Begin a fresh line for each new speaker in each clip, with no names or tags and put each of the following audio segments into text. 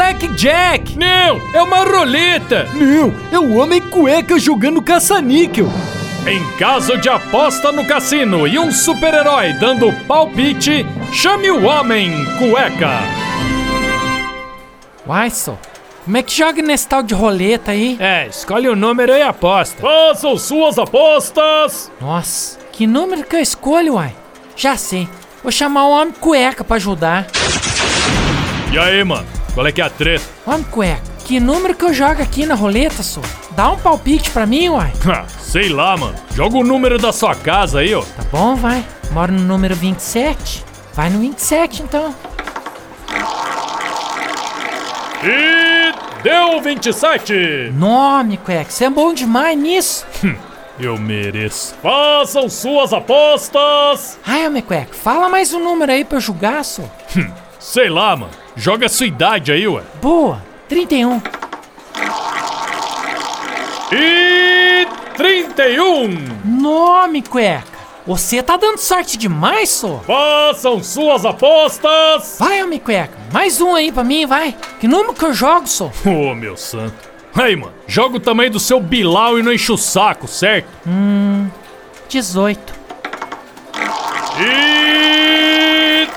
é
Jack!
Não, é uma roleta!
Não, é o homem cueca jogando caça-níquel!
Em caso de aposta no cassino e um super-herói dando palpite, chame o homem cueca.
Uai, só. Como é que joga nesse tal de roleta aí?
É, escolhe o número e aposta.
Façam suas apostas!
Nossa, que número que eu escolho, uai? Já sei. Vou chamar o homem cueca pra ajudar.
E aí, mano? Qual é que é a treta?
Homem cueca, que número que eu jogo aqui na roleta, só? Dá um palpite pra mim, uai.
Ha, Sei lá, mano. Joga o número da sua casa aí, ó.
Tá bom, vai. Moro no número 27. Vai no 27, então.
E deu 27!
Nome, cueca, você é bom demais nisso.
Eu mereço. Façam suas apostas!
Ai, homem cueca, fala mais um número aí pra eu julgar, só.
Sei lá, mano. Joga a sua idade aí, ué.
Boa, 31.
E 31!
Nome, cueca. Você tá dando sorte demais, só.
Façam suas apostas!
Vai, homem cueca, mais um aí pra mim, vai. Que número que eu jogo, só?
Ô, meu santo. Aí, mano. Joga o tamanho do seu bilau e não enche o saco, certo?
18.
E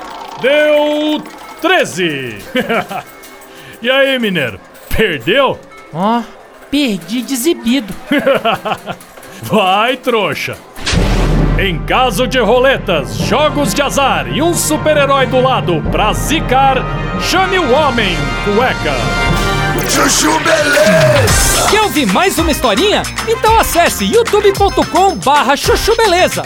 deu 13. e aí, mineiro? Perdeu?
Ó, perdi de exibido.
Vai, trouxa. Em caso de roletas, jogos de azar e um super-herói do lado pra zicar, chame o homem cueca.
Chuchu Beleza!
Quer ouvir mais uma historinha? Então acesse youtube.com barra chuchu beleza!